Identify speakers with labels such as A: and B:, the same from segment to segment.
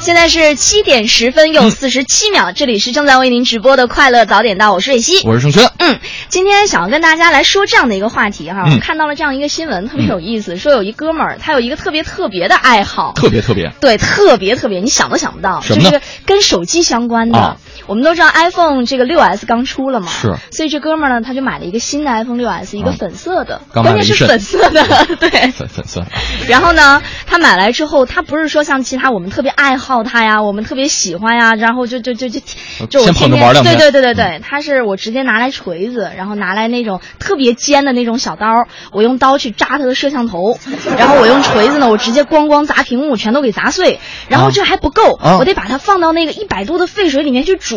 A: 现在是七点十分
B: 嗯
A: 又四十七秒，这里是正在为您直播的《快乐早点到》，我是蕊 希。
B: 我是盛轩。
A: 嗯，今天想要跟大家来说这样的一个话题哈，
B: 嗯
A: 我看到了这样一个新闻，特别有意思，说有一哥们儿他有一个特别特别的爱好，
B: 特别特别，
A: 对，特别特别，你想都想不到，
B: 什
A: 就
B: 么
A: 是
B: 呢
A: 这个跟手机相关的。
B: 啊
A: 我们都知道 iPhone 这个六 S 刚出了嘛，
B: 是
A: 所以这哥们儿呢，他就买了一个新的 iPhone 六 S，一个
B: 啊
A: 粉色的，
B: 刚买
A: 关
B: 了
A: 键
B: 一
A: 是
B: 阵
A: 粉色的， 对。
B: 粉粉色，
A: 然后呢，他买来之后，他不是说像其他我们特别爱好它呀，我们特别喜欢呀，然后就就就就就我
B: 哦
A: 天
B: 先捧着
A: 天
B: 玩两嗯
A: 对
B: 天
A: 对对对对，他是我直接拿来锤子，然后拿来那种特别尖的那种小刀，我用刀去扎他的摄像 头，然后我用锤子呢，我直接咣咣砸屏幕，全都给砸碎。然后
B: 啊
A: 这还不够，
B: 啊
A: 我得把它放到那个一百度的沸水里面去煮，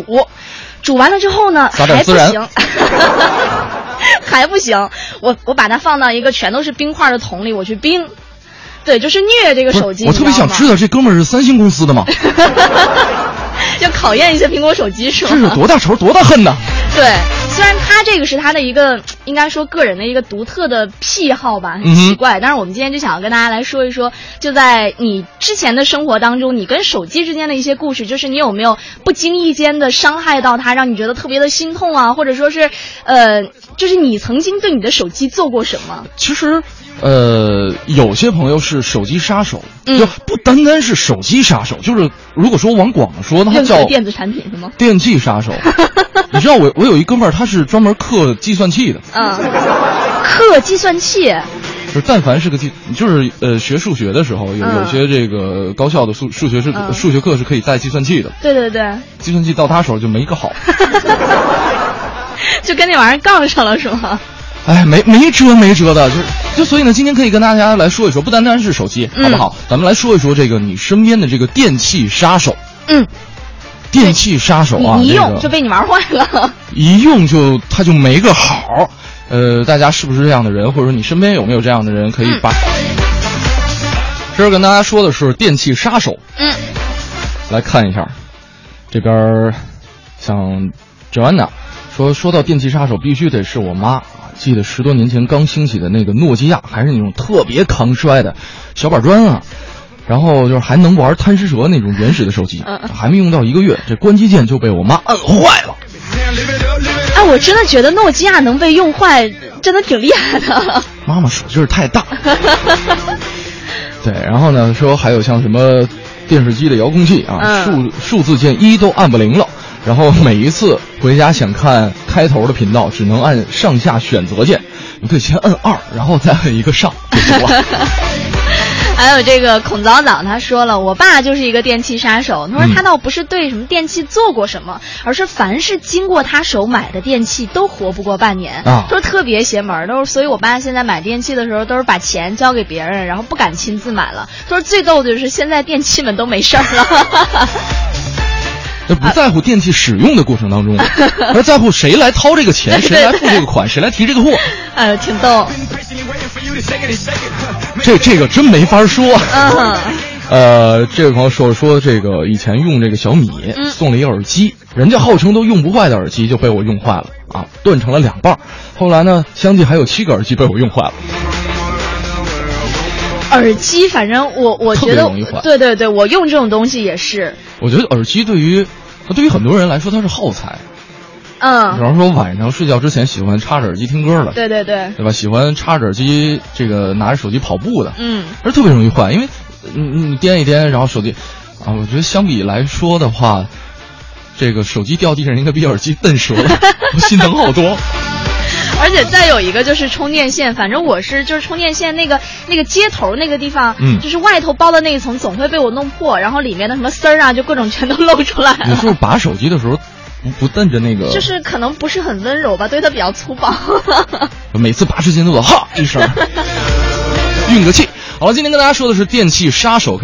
A: 煮完了之后呢，
B: 撒点
A: 还不
B: 孜然
A: 行。 还不行，我我把它放到一个全都是冰块的桶里，我去冰。对，就是虐这个
B: 不是
A: 手机。
B: 我特别想知
A: 道，
B: 道这哥们儿是三星公司的吗？
A: 要考验一下苹果手机是
B: 这
A: 吗？
B: 是多大仇多大恨呐！
A: 对，虽然他这个是他的一个，应该说个人的一个独特的癖好吧，很
B: 嗯哼
A: 奇怪。但是我们今天就想要跟大家来说一说，就在你之前的生活当中，你跟手机之间的一些故事，就是你有没有不经意间的伤害到它，让你觉得特别的心痛啊，或者说是，呃，就是你曾经对你的手机做过什么？
B: 其实，呃，有些朋友是手机杀手，
A: 嗯
B: 就不单单是手机杀手，就是如果说往广了说，那他
A: 任何
B: 哦叫
A: 电子产品是吗？
B: 电器 杀手。你知道我我有一哥们儿，他是专门刻计算器的，
A: 嗯， 刻计算器，
B: 就是但凡是个计，就是呃学数学的时候，有
A: 嗯
B: 有些这个高校的数数学是
A: 嗯
B: 数学课是可以带计算器的，
A: 对对对，
B: 计算器到他手就没一个好。
A: 就跟那玩意儿杠上了是吗？
B: 哎，没没辙没辙的，就是就所以呢，今天可以跟大家来说一说，不单单是手机，
A: 嗯
B: 好不好？咱们来说一说这个你身边的这个电器杀手，
A: 嗯，
B: 电器杀手
A: 你
B: 啊，
A: 你一
B: 这
A: 用
B: 个
A: 就被你玩坏了。
B: 一用就它就没个好。呃，大家是不是这样的人，或者说你身边有没有这样的人，可以
A: 嗯
B: 把。这儿跟大家说的是电器杀手，
A: 嗯
B: 来看一下，这边儿像 Joanna 说，说到电器杀手，必须得是我妈啊！记得十多年前刚兴起的那个诺基亚，还是那种特别抗摔的小板砖啊。然后就是还能玩贪吃蛇那种原始的手机
A: 嗯嗯，
B: 还没用到一个月，这关机键就被我妈摁坏了。
A: 哎，我真的觉得诺基亚能被用坏，真的挺厉害的。
B: 妈妈手劲儿太 大。对，然后呢，说还有像什么电视机的遥控器啊，
A: 嗯
B: 数数字键一都按不灵了。然后每一次回家想看开头的频道，只能按上下选择键。你可以先摁二，然后再摁一个上就行 了。
A: 还有这个孔早早他说了，我爸就是一个电器杀手。他说
B: 嗯
A: 他倒不是对什么电器做过什么，而是凡是经过他手买的电器都活不过半年，
B: 啊
A: 都是特别邪门儿。都是所以我爸现在买电器的时候都是把钱交给别人，然后不敢亲自买了。他说最逗的就是现在电器们都没事儿了。
B: 就不在乎电器使用的过程当中，而在乎谁来掏这个钱，谁来付这个款，谁来提这个货。
A: 哎呦，挺逗。
B: 这这个真没法说。
A: 嗯
B: 呃，这位朋友说说这个以前用这个小米
A: 嗯
B: 送了一个耳机，人家号称都用不坏的耳机就被我用坏了啊，断成了两半儿。后来呢，相继还有七个耳机被我用坏了。
A: 耳机，反正我我觉得
B: 特别容易坏，
A: 对对对，我用这种东西也是，
B: 我觉得耳机对于对于很多人来说它是耗材，比
A: 嗯，
B: 方说晚上睡觉之前喜欢插着耳机听歌的，
A: 对对对，
B: 对吧？喜欢插着耳机这个拿着手机跑步的，
A: 嗯，
B: 而特别容易坏，因为你你颠一颠，然后手机啊，我觉得相比来说的话，这个手机掉地上应该比耳机笨熟了，我心疼好多。
A: 而且再有一个就是充电线，反正我是就是充电线那个那个接头那个地方，
B: 嗯
A: 就是外头包的那一层总会被我弄破，然后里面的什么丝儿啊，就各种全都露出来
B: 有时
A: 了。
B: 候拔手机的时候不不瞪着那个，
A: 就是可能不是很温柔吧，对它比较粗暴。
B: 每次拔之前都得哈一声，运个气。好了，今天跟大家说的是电器杀手。